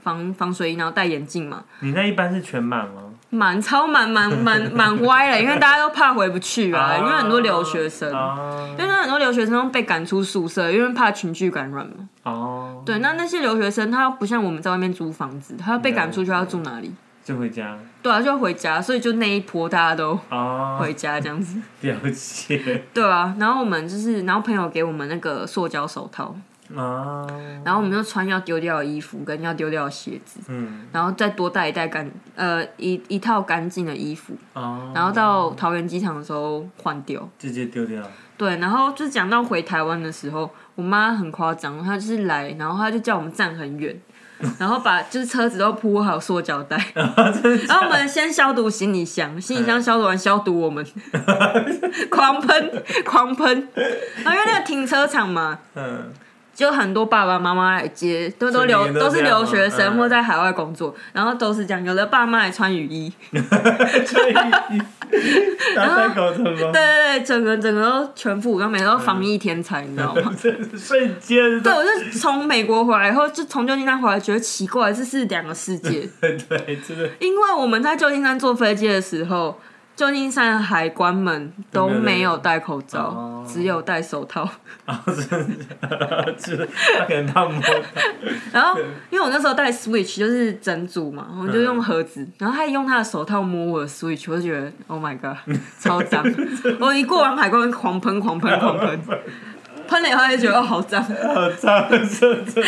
C: 防防水衣，然后戴眼镜嘛，
B: 你那一般是全满吗？
C: 满超满满满满歪了，因为大家都怕回不去啊，
B: 啊 [LAUGHS]
C: 因为很多留学生，
B: 哦
C: 因为那很多留学生都被赶出宿舍，因为怕群聚感染嘛。
B: 哦，
C: 对，那那些留学生他不像我们在外面租房子，他被赶出去，他要住哪里？
B: 就回家
C: 对啊，就要回家，所以就那一波大家都
B: 哦，
C: 回家这样子。
B: 了解
C: 对啊，然后我们就是，然后朋友给我们那个塑胶手套，
B: 哦，
C: 然后我们就穿要丢掉的衣服跟要丢掉的鞋子，
B: 嗯
C: 然后再多带一袋干呃一一套干净的衣服，
B: 哦，
C: 然后到桃园机场的时候换掉。
B: 直接丢掉，
C: 对，然后就讲到回台湾的时候，我妈很夸张，她就是来，然后她就叫我们站很远，然后把就是车子都铺好塑胶
B: [LAUGHS]
C: 袋，然后我们先消毒行李箱，行
B: 嗯
C: 李箱消毒完消毒我
B: [LAUGHS]
C: 们，狂喷狂喷，然后因为那个停车场嘛。
B: 嗯 [LAUGHS]
C: 就很多爸爸妈妈来接，都都
B: 所以
C: 留
B: 你们都
C: 都是
B: 这样
C: 留
B: 吗
C: 学生
B: 嗯
C: 或在海外工作，然后都是这样，有的爸妈还穿雨衣，
B: 所以然后戴口罩吗？
C: 对对对，整个整个都全副武装，每个都防疫天才，你知道吗？
B: 这 [LAUGHS] 瞬间
C: 对，我就从美国回来以后，就从旧金山回来，觉得奇怪，这是两个世 [LAUGHS] 界。
B: 对，真的
C: 因为我们在旧金山坐飞机的时候，旧金山的海关们都没有戴口罩，
B: 哦
C: 只有戴手套。 [LAUGHS]
B: 啊，真的，哦真的，他可能他
C: [LAUGHS]
B: 摸到，
C: 然后，因为我那时候戴 Switch 就是整组嘛，我们就用盒子，然后他用他的手套摸我的 Switch，我就觉得 Oh my god，超脏！ [LAUGHS] 我一过完海关，狂喷、狂喷、狂 [LAUGHS] 喷，喷了以后就觉得哦，好脏。
B: 好
C: 啊
B: 脏，这这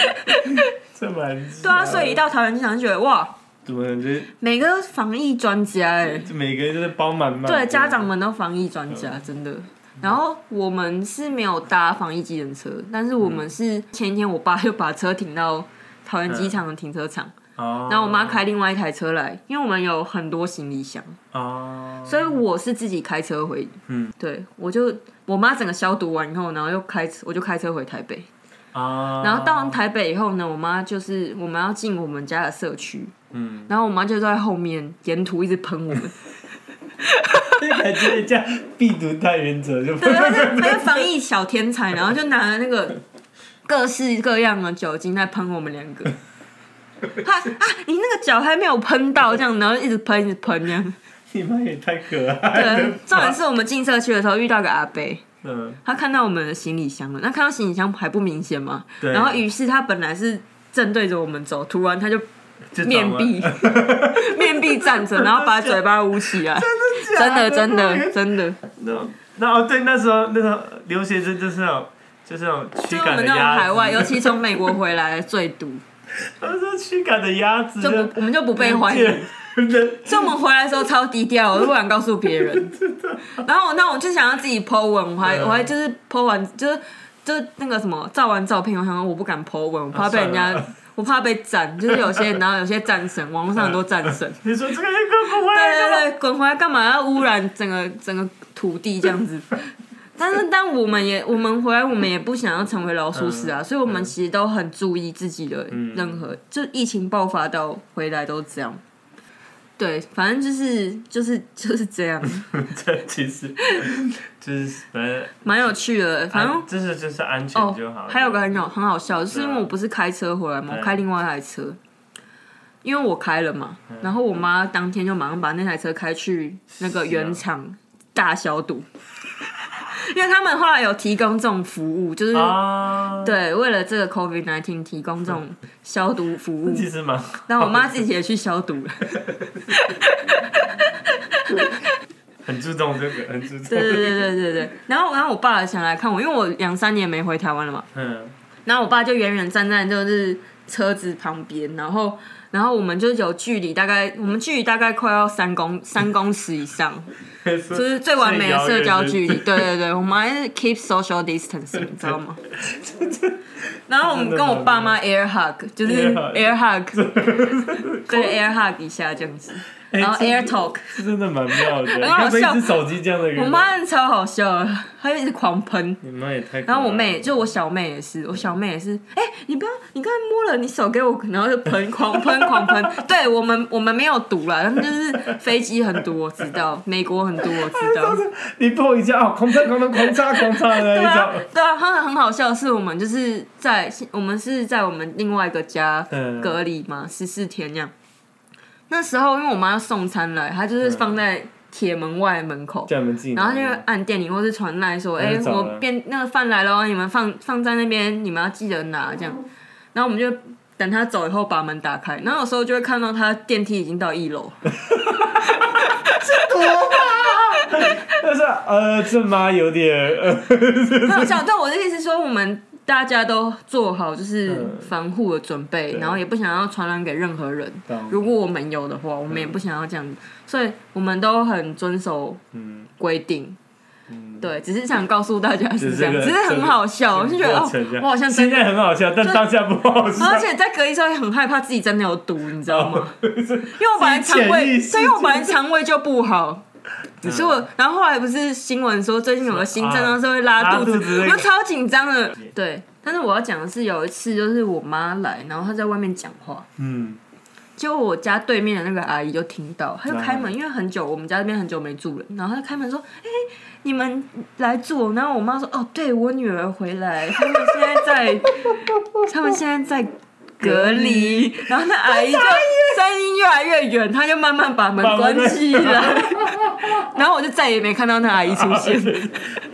B: 这蛮
C: 对啊，所以一到桃园机场就觉得哇，
B: 怎么就
C: 每个防疫专家哎、
B: 每个人就是帮忙嘛，
C: 对，家长们都防疫专家，真的。然后我们是没有搭防疫机人车，但是我们是前一天我爸就把车停到桃园机场的停车场，
B: 哦，
C: 然后我妈开另外一台车来，因为我们有很多行李箱，
B: 哦，
C: 所以我是自己开车回。
B: 嗯，
C: 对，我就我妈整个消毒完以后，然后又开我就开车回台北。
B: 啊，
C: 然后到完台北以后呢，我妈就是我们要进我们家的社区，
B: 嗯，
C: 然后我妈就在后面沿途一直喷我们。
B: 感觉这样必读太原则就
C: 对，他 [LAUGHS] 是他是防疫小天才，然后就拿了那个各式各样的酒精在喷我们两个。他啊，你那个脚还没有喷到，这样，然后一直喷，一直喷这样。
B: 你妈也太可爱了
C: 哎对
B: 吧，，
C: 重点是我们进社区的时候遇到个阿伯，
B: 嗯，
C: 他看到我们的行李箱了，那看到行李箱还不明显嘛，
B: 对
C: 然后于是他本来是正对着我们走，突然他就
B: 就转
C: 面
B: 弯
C: [LAUGHS] 壁，面壁站着，然后把嘴巴捂起来，真的真的真 [LAUGHS] 的，
B: 那那哦对，那时候那时候留学生就是那种就是那种
C: 就
B: 驱
C: 是我
B: 赶
C: 们
B: 的
C: 那种
B: 鸭
C: 海
B: 子，
C: 外，尤其从美国回来最毒。
B: 他说驱赶的鸭子
C: 就不我们就不被欢迎。
B: [LAUGHS] 对
C: 所以我们回来的时候超低
B: [LAUGHS]
C: 调，我都不敢告诉别人。然后我那我就想要自己 Po 文，我还
B: 嗯
C: 我还就是 Po 完就是就是那个什么照完照片，我想说我不敢 Po 文，我怕被人
B: 啊
C: 家
B: 算了。
C: 我怕被赞，就是有些，然后有些战神，网络上很多战神，
B: 你说这个一个不会啊
C: 对对对，滚回来干嘛？要污染整个整个土地这样
B: [LAUGHS]
C: 子。但是，但我们也，我们回来，我们也不想要成为老鼠屎啊，
B: 嗯
C: 所以我们其实都很注意自己的
B: 嗯
C: 任何，就疫情爆发到回来都这样。对，反正就是就是就是这
B: [LAUGHS]
C: 样，
B: 这其实就是反正
C: 蛮有趣的。反正
B: 安就是就是安全就好
C: 哦
B: 了。，
C: 还有个很好很好笑，就是因为
B: 对啊
C: 我不是开车回来嘛，
B: 对
C: 我开另外一台车，因为我开了嘛，
B: 嗯
C: 然后我妈当天就马上把那台车开去那个
B: 啊
C: 原厂大消毒， [LAUGHS] 因为他们后来有提供这种服务，就是、
B: 啊，
C: 对为了这个 COVID nineteen 提供这种消
B: [LAUGHS]
C: 毒服务，
B: 其实蛮 [LAUGHS]
C: 但我妈自己也去消毒了。
B: 很注重这个，很注重。
C: 对对对对对对。然后然后我爸想来看我，因为我两三年没回台湾了嘛。
B: 嗯，
C: 然后我爸就远远站在就是车子旁边，然后然后我们就有距离，大概我们距离大概快要三公三公尺以上，就是最完美的社交距离。对对对，我们还是 keep social distance，你知道吗？然后我们跟我爸妈 air hug，就是哦 air hug，对 [LAUGHS] air hug 一下这样子，
B: 哎
C: 然后
B: 这
C: air talk。
B: 是真的蛮妙的。
C: 好
B: 他被一
C: 笑
B: 只手机这样的人，
C: 我妈超好笑的，她就一直狂喷。
B: 你妈也太可爱了。
C: 然后我妹就我小妹也是，我小妹也是，哎、你不要，你刚才摸了，你手给我，然后就喷，狂喷，狂喷。对我们我们没有毒啦，但就是飞机很毒，我知道，美国很毒，我知
B: 哎
C: 道。
B: 你碰一下哦，狂喷狂喷狂炸狂炸
C: [LAUGHS]
B: 的
C: 对
B: 那
C: 啊
B: 种。，
C: 对啊，很很好笑，是我们就是在我们是在我们另外一个家
B: 嗯
C: 隔离嘛，十四天那样。那时候因为我妈要送餐来，她就是放在铁门外门口，
B: 叫你们进来，
C: 然后就会按电铃或是传来说，
B: 那
C: 哎、
B: 就走了
C: 我变那个饭来了哦，你们放放在那边，你们要记得拿这样。然后我们就等他走以后把门打开，然后有时候就会看到他电梯已经到一
B: [LAUGHS]
C: 楼，
B: 但是呃，这妈有点呃，
C: 很好笑。但我的意思是说，我们大家都做好就是
B: 嗯
C: 防护的准备，
B: 对
C: 然后也不想要传染给任何人。
B: 懂
C: 如果我们有的话，我们也不想要这样子，所以我们都很遵守
B: 嗯
C: 规定。
B: 嗯，
C: 对，只是想告诉大家
B: 就是是
C: 这样，
B: 这个
C: 只是很好
B: 嗯
C: 笑，我就觉得
B: 过程这
C: 哦，
B: 样
C: 我好像真
B: 现在很好笑，但当下不好 [LAUGHS] 笑。
C: [LAUGHS] 而且在隔离时候也很害怕自己真的有毒，你知道吗？
B: 嗯呃
C: 因为我本来肠
B: 哦自己潜意
C: 胃，
B: 识嗯
C: 对，因为我本来肠胃就不好。只是我，然后后来不是新闻说最近有个新症状是会拉肚
B: 啊拉
C: 子
B: 肚子，那
C: 我
B: 个
C: 就超紧张的。对，但是我要讲的是有一次就是我妈来，然后她在外面讲话，
B: 嗯，
C: 结果我家对面的那个阿姨就听到，她就开门，
B: 嗯
C: 因为很久我们家那边很久没住了，然后她就开门说：“哎、你们来住。”然后我妈说：“哦，对我女儿回来，他们现在在， [LAUGHS] 他们现在在隔离。”然后那阿 [LAUGHS] 姨就声音越来越远，她就慢慢把门
B: 慢慢
C: 关起 [LAUGHS] 来，然后我就再也没看到那阿姨出 [LAUGHS] 现，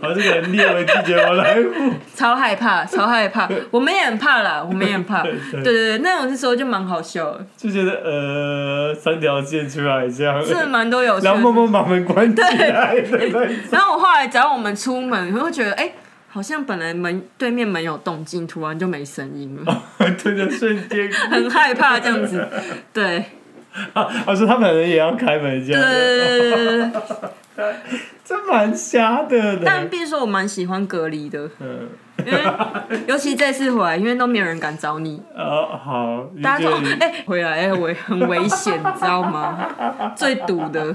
B: 好，这个人列为拒绝我来户，
C: 超害怕，超害 [LAUGHS] 怕，我们也很怕啦，我们也很怕， [LAUGHS] 对对对，那种时候就蛮好笑的，
B: 就觉得呃，三条线出来这样，
C: 真的蛮多有趣的
B: 然后默默把门关起来的那种。
C: [LAUGHS] 然后我后来只要我们出门，我会觉得哎、好像本来门对面门有动静，突然就没声音了， [LAUGHS]
B: [LAUGHS] 对的，瞬间，
C: 很害怕这样子。对，
B: [LAUGHS] 我哦说他本人也要开门这
C: 对
B: 样，哦
C: 对对对对对。
B: 这蛮瞎的
C: 呃但
B: 呢。
C: 必须说，我蛮喜欢隔离的，
B: 嗯，
C: 因为尤其这次回来，因为都没有人敢找你，
B: 哦，好，你
C: 大
B: 觉
C: 家说
B: 得你
C: 哎、回来哎危、很危险， [LAUGHS] 你知道吗？最堵的，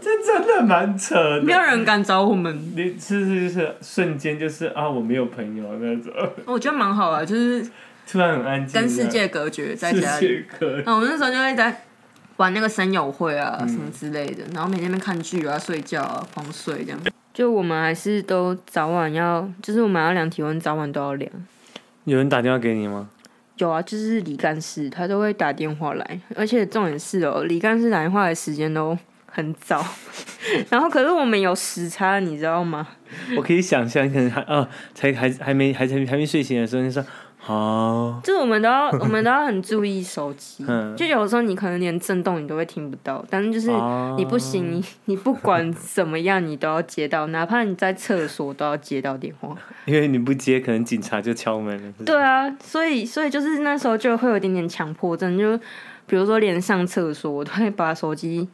B: 这真的蛮扯的
C: 没。有人敢找我们，
B: 你是是是瞬间就是啊，我没有朋友那种， [LAUGHS]
C: 我觉得蛮好啊，就是
B: 突然很安静，
C: 跟世界隔绝在
B: 世
C: 家里。
B: 界可
C: 嗯那我那时候就会在玩那个声友会啊、什么之类的，然后每天在那边看剧啊、睡觉啊、狂睡这样。就我们还是都早晚要，就是我们要量体温，早晚都要量。
B: 有人打电话给你吗？
C: 有啊，就是李干事他都会打电话来，而且重点是哦，李干事打电话的时间都很早， [LAUGHS] 然后可是我们有时差，你知道吗？
B: 我可以想象，你可能还啊，才还还没还才还没睡醒的时候，你说好、
C: 就是我们都要，我们都要很注意手机
B: 嗯，
C: 就有时候你可能连震动你都会听不到，但是就是
B: 啊
C: 你不行，你你不管怎么样，你都要接到，哪怕你在厕所都要接到电话。
B: 因为你不接，可能警察就敲门了。
C: 对啊，所以所以就是那时候就会有一点点强迫症，就比如说连上厕所，我都会把手机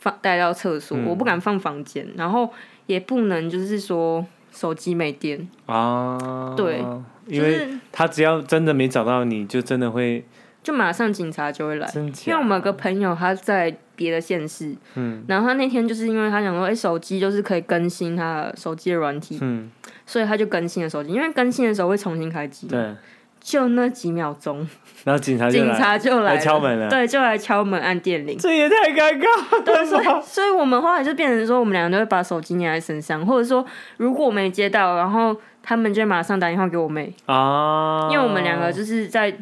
C: 放带到厕所，我不敢放房间，然后也不能就是说手机没电，
B: 啊，
C: 对，
B: 因
C: 就
B: 为
C: 是
B: 他只要真的没找到你，就真的会
C: 就马上警察就会来。
B: 真
C: 因为
B: 假
C: 我们有个朋友他在别的县市，
B: 嗯
C: 然后他那天就是因为他想说，哎、手机就是可以更新他的手机的软体，
B: 嗯，
C: 所以他就更新了手机，因为更新的时候会重新开机，
B: 对，
C: 就那几秒
B: [LAUGHS]
C: 钟，
B: 然后警察
C: 嗯
B: 就
C: 警
B: 来，
C: 察就来
B: 来敲门了
C: 对，就来敲门按电
B: [LAUGHS]
C: 铃。
B: 这也太尴尬了吧？
C: 所以我们后来就变成说，我们两个都会把手机捏在身上，或者说如果我没接到，然后他们就会马上打电话给我妹，
B: 啊，
C: 因为我们两个就是在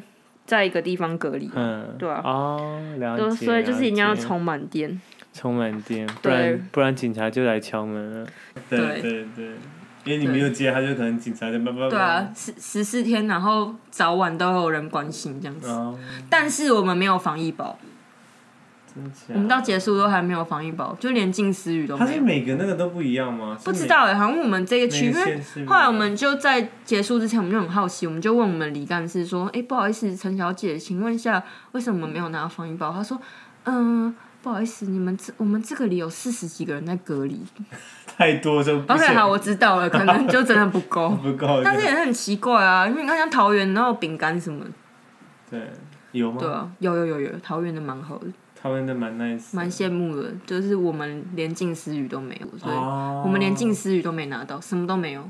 C: 在一个地方隔离，
B: 嗯，
C: 对啊
B: 哦，了
C: 都
B: 解，
C: 所以就是一定要
B: 了解
C: 充满电。
B: 充满电，不
C: 对
B: 然不然警察就来敲门了。
C: 对对
B: 对，因为
C: 你没有
B: 接，他就可能警察就叭叭
C: 对啊，，十十四天，然后早晚都有人关心这样子。
B: 哦，
C: 但是我们没有防疫包，
B: 真假？
C: 我们到结束都还没有防疫包，就连近思语都
B: 它
C: 啊没
B: 是
C: 有。
B: 每个那个都不一样吗？
C: 不知道哎、好像我们这个
B: 是
C: 区，
B: 每
C: 因
B: 每
C: 为
B: 个县市不一样
C: 后来我们就在结束之前，我们就很好奇，我们就问我们李干事说：“哎、不好意思，陈小姐，请问一下，为什么没有拿到防疫包？”他说：“嗯，不好意思，你们这我们这个里有四十几个人在隔离。
B: 太多就不
C: OK，
B: 行
C: 好，我知道了，可能就真的不 [LAUGHS] 够。
B: 不够。
C: 但是也是很奇怪啊，因为你看像桃园，然后饼干什么，
B: 对有
C: 对
B: 吗？
C: 啊，有有有有，桃园的蛮好的，
B: 他们的蛮 nice，
C: 蛮羡慕的。就是我们连近思语都没有，所以
B: 哦
C: 我们连近思语都没拿到，什么都没有。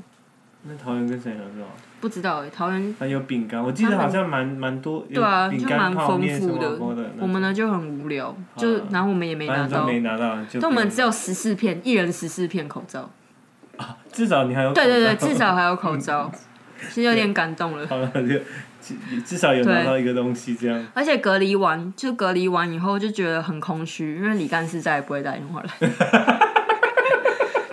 B: 那桃园跟谁合作啊？
C: 不知道哎、桃园
B: 还有饼干，我记得好像蛮蛮多，有
C: 对啊，
B: 饼
C: 就
B: 干
C: 蛮
B: 泡
C: 丰
B: 面什
C: 富
B: 么锅的那种，
C: 我们呢就很无聊，
B: 啊
C: 就然后我们也没拿
B: 反正都
C: 到，
B: 没拿到，就
C: 但我们只
B: 有
C: 有十四片，一人十四片口罩。
B: 至少你还有
C: 对对对，
B: 口罩
C: 至少还有口罩，
B: 嗯
C: 其实有点感动了。
B: 好了，就至至少有拿到一个东西这样。
C: 而且隔离完，就隔离完以后就觉得很空虚，因为李干事再也不会打电话
B: [LAUGHS]
C: 来，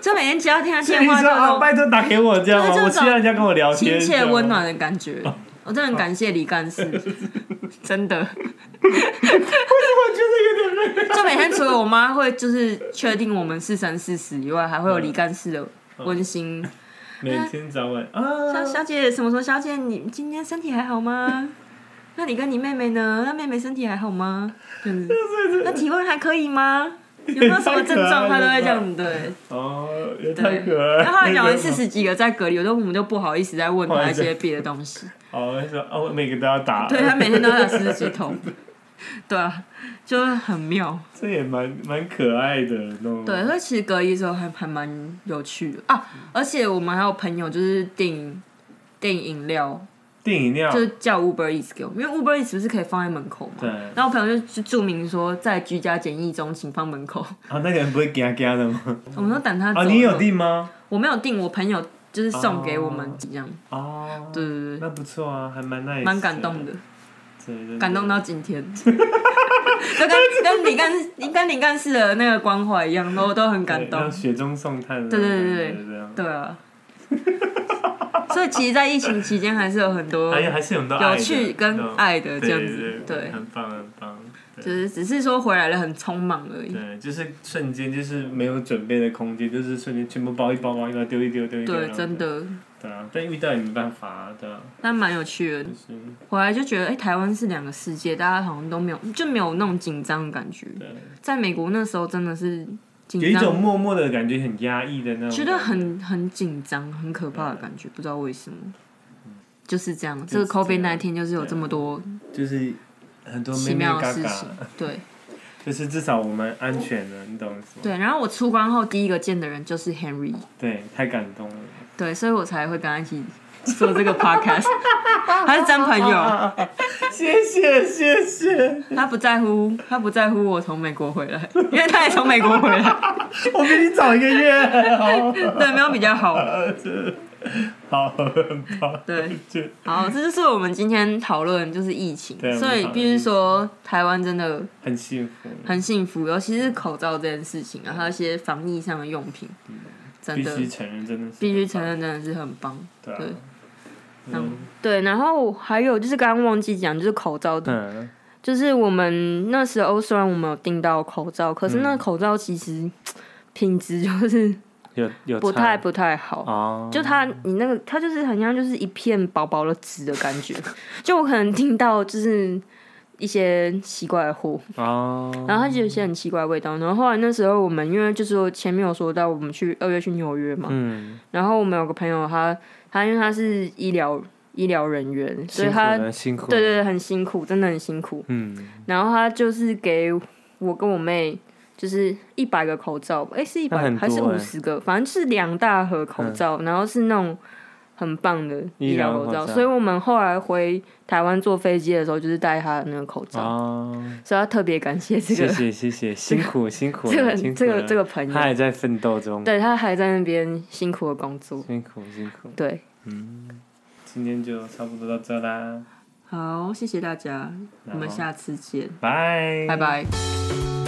C: 就每天接到听他
B: 所以
C: 电
B: 你
C: 话
B: 说
C: 就
B: 啊，拜托打给我这样吗？啊
C: 就是
B: 我
C: 这种
B: 希望人家跟我聊天，
C: 亲切温
B: 这样吗。啊哦
C: 暖的感觉。我真的很感谢李干事，真的。就每天除了我妈会就是确定我们是生是死以外，还会有李干事的温馨。
B: 每天早晚啊，
C: 小小姐什么什么小姐，你今天身体还好吗？那你跟你妹妹呢？那妹妹身体还好吗？这样子。那体温还可以吗？有没有什么症状？她都会这样对。
B: 哦，也太
C: 对，
B: 可爱了。
C: 然后后来讲完四
B: 事，
C: 十几个在隔离，我都我们都不好意思再问她一些别的东西。
B: [LAUGHS] 哦，说哦，每个都要打，
C: 对啊他每天都要打四十几
B: [LAUGHS]
C: 桶，对啊，就是很妙。
B: 这也蛮蛮可爱的，你知道吗？
C: 对，所以其实隔离的时候还还蛮有趣的啊，而且我们还有朋友就是订订饮料，
B: 订饮料
C: 就，是叫 Uber Eats 给我们，因为 Uber Eats 不是可以放在门口嘛。
B: 嗯对，
C: 然后我朋友就就注明说，在居家检疫中，请放门口。
B: 啊，那个人不会嘎嘎的吗？
C: 我们都等他走。
B: 啊，你有？订吗？
C: 我没有订，我朋友就是送给我们这样。
B: 哦，
C: 对对对，
B: 那不错啊，还蛮 nice，
C: 蛮感动
B: 的，
C: 的，
B: 对对对
C: 感动到今天。 [LAUGHS] 就
B: [LAUGHS]
C: 跟跟李干跟李干事的那个关怀一样，都都很感
B: 对
C: 动
B: 像。雪中送炭的那
C: 对
B: 种
C: 对
B: 感觉，
C: 对
B: 这样。
C: 对啊，所以其实，在疫情期间还是有很多
B: 还有还是有很多爱
C: 有
B: 的嗯
C: 趣跟爱的这
B: 对
C: 样
B: 对对
C: 子，对，
B: 很棒很棒。对
C: 就是只是说回来了很匆忙而已，
B: 对，就是瞬间，就是没有准备的空间，就是瞬间全部包一包包一包丢一丢丢一丢。
C: 对，
B: 然后
C: 真。的，
B: 对啊，但遇到也没办法啊，对啊，
C: 但蛮有趣的
B: 就。是
C: 回来就觉得，哎、台湾是两个世界，大家好像都没有就没有那种紧张的感觉。
B: 对，
C: 在美国那时候真的是紧
B: 有一种
C: 张，
B: 默默的感觉，很压抑的那种。
C: 觉得。很很紧张、很可怕的感觉，不知道为什么。就是这样，这
B: 就是
C: 个
B: 这
C: COVID
B: 样
C: 那天就是有这么多
B: 就是很多
C: 奇
B: 妹妹
C: 妙的
B: 嘎
C: 事
B: 嘎
C: 情，，对。
B: 就是至少我们安全了，你懂我意思吗？
C: 对，然后我出关后第一个见的人就是 Henry，
B: 对，太感动了。
C: 对，所以我才会跟他一起做这个 podcast。他 [LAUGHS] 是真朋友，
B: 谢谢谢谢，
C: 他不在乎，他不在乎我从美国回来，因为他也从美国回来， [LAUGHS]
B: 我比你早一个月，好，
C: 对，没有比较好。
B: [LAUGHS] 好，很棒。
C: 对，
B: 就
C: 好，这就是我们今天讨论就是疫情
B: 对，啊
C: 所以必须说台湾真的
B: 很幸福，
C: 很幸福，尤其是口罩这件事情啊，还有一些防疫上的用品，真
B: 嗯必
C: 的
B: 须承认，真的是
C: 必须
B: 很棒
C: 承，认真的是很棒。
B: 对
C: 对
B: 啊，
C: 嗯，对，然后还有就是刚刚忘记讲，就是口罩
B: 嗯，
C: 就是我们那时候虽然我们有订到口罩，可是
B: 嗯
C: 那口罩其实品质就是
B: 有有
C: 不太
B: 差
C: 不太好。
B: 哦，
C: 就它，你那个它就是很像就是一片薄薄的纸的感觉。 [LAUGHS] 就我可能听到就是一些奇怪的货，
B: 哦，
C: 然后它就有一些很奇怪的味道。然后后来那时候我们因为就是我前面有说到我们去二月去纽约嘛，
B: 嗯，
C: 然后我们有个朋友他他因为他是医疗医疗人员，所以他
B: 辛苦了辛苦，
C: 对对，对很辛苦，真的很辛苦。
B: 嗯，
C: 然后他就是给我跟我妹就是一百个口罩吧，哎、是一百
B: 那很多
C: 还是
B: 欸嗯
C: 五十个？反正是两大盒口罩，然后是那种很棒的医疗口
B: 医疗
C: 罩，
B: 口罩
C: 所以我们后来回台湾坐飞机的时候，就是带他的那个口罩，
B: 哦，
C: 所以要特别感谢这
B: 谢
C: 个
B: 谢
C: [LAUGHS]
B: 谢谢，辛苦辛苦了，
C: 这
B: 辛
C: 个
B: 苦
C: 这个
B: 了
C: 这个朋友
B: 他，还在奋斗中，
C: 对他还在那边辛苦的工作，
B: 辛苦辛苦，
C: 对，
B: 今天就差不多到这啦，
C: 好，谢谢大家，我们
B: 然后
C: 下次见，
B: 拜
C: 拜拜。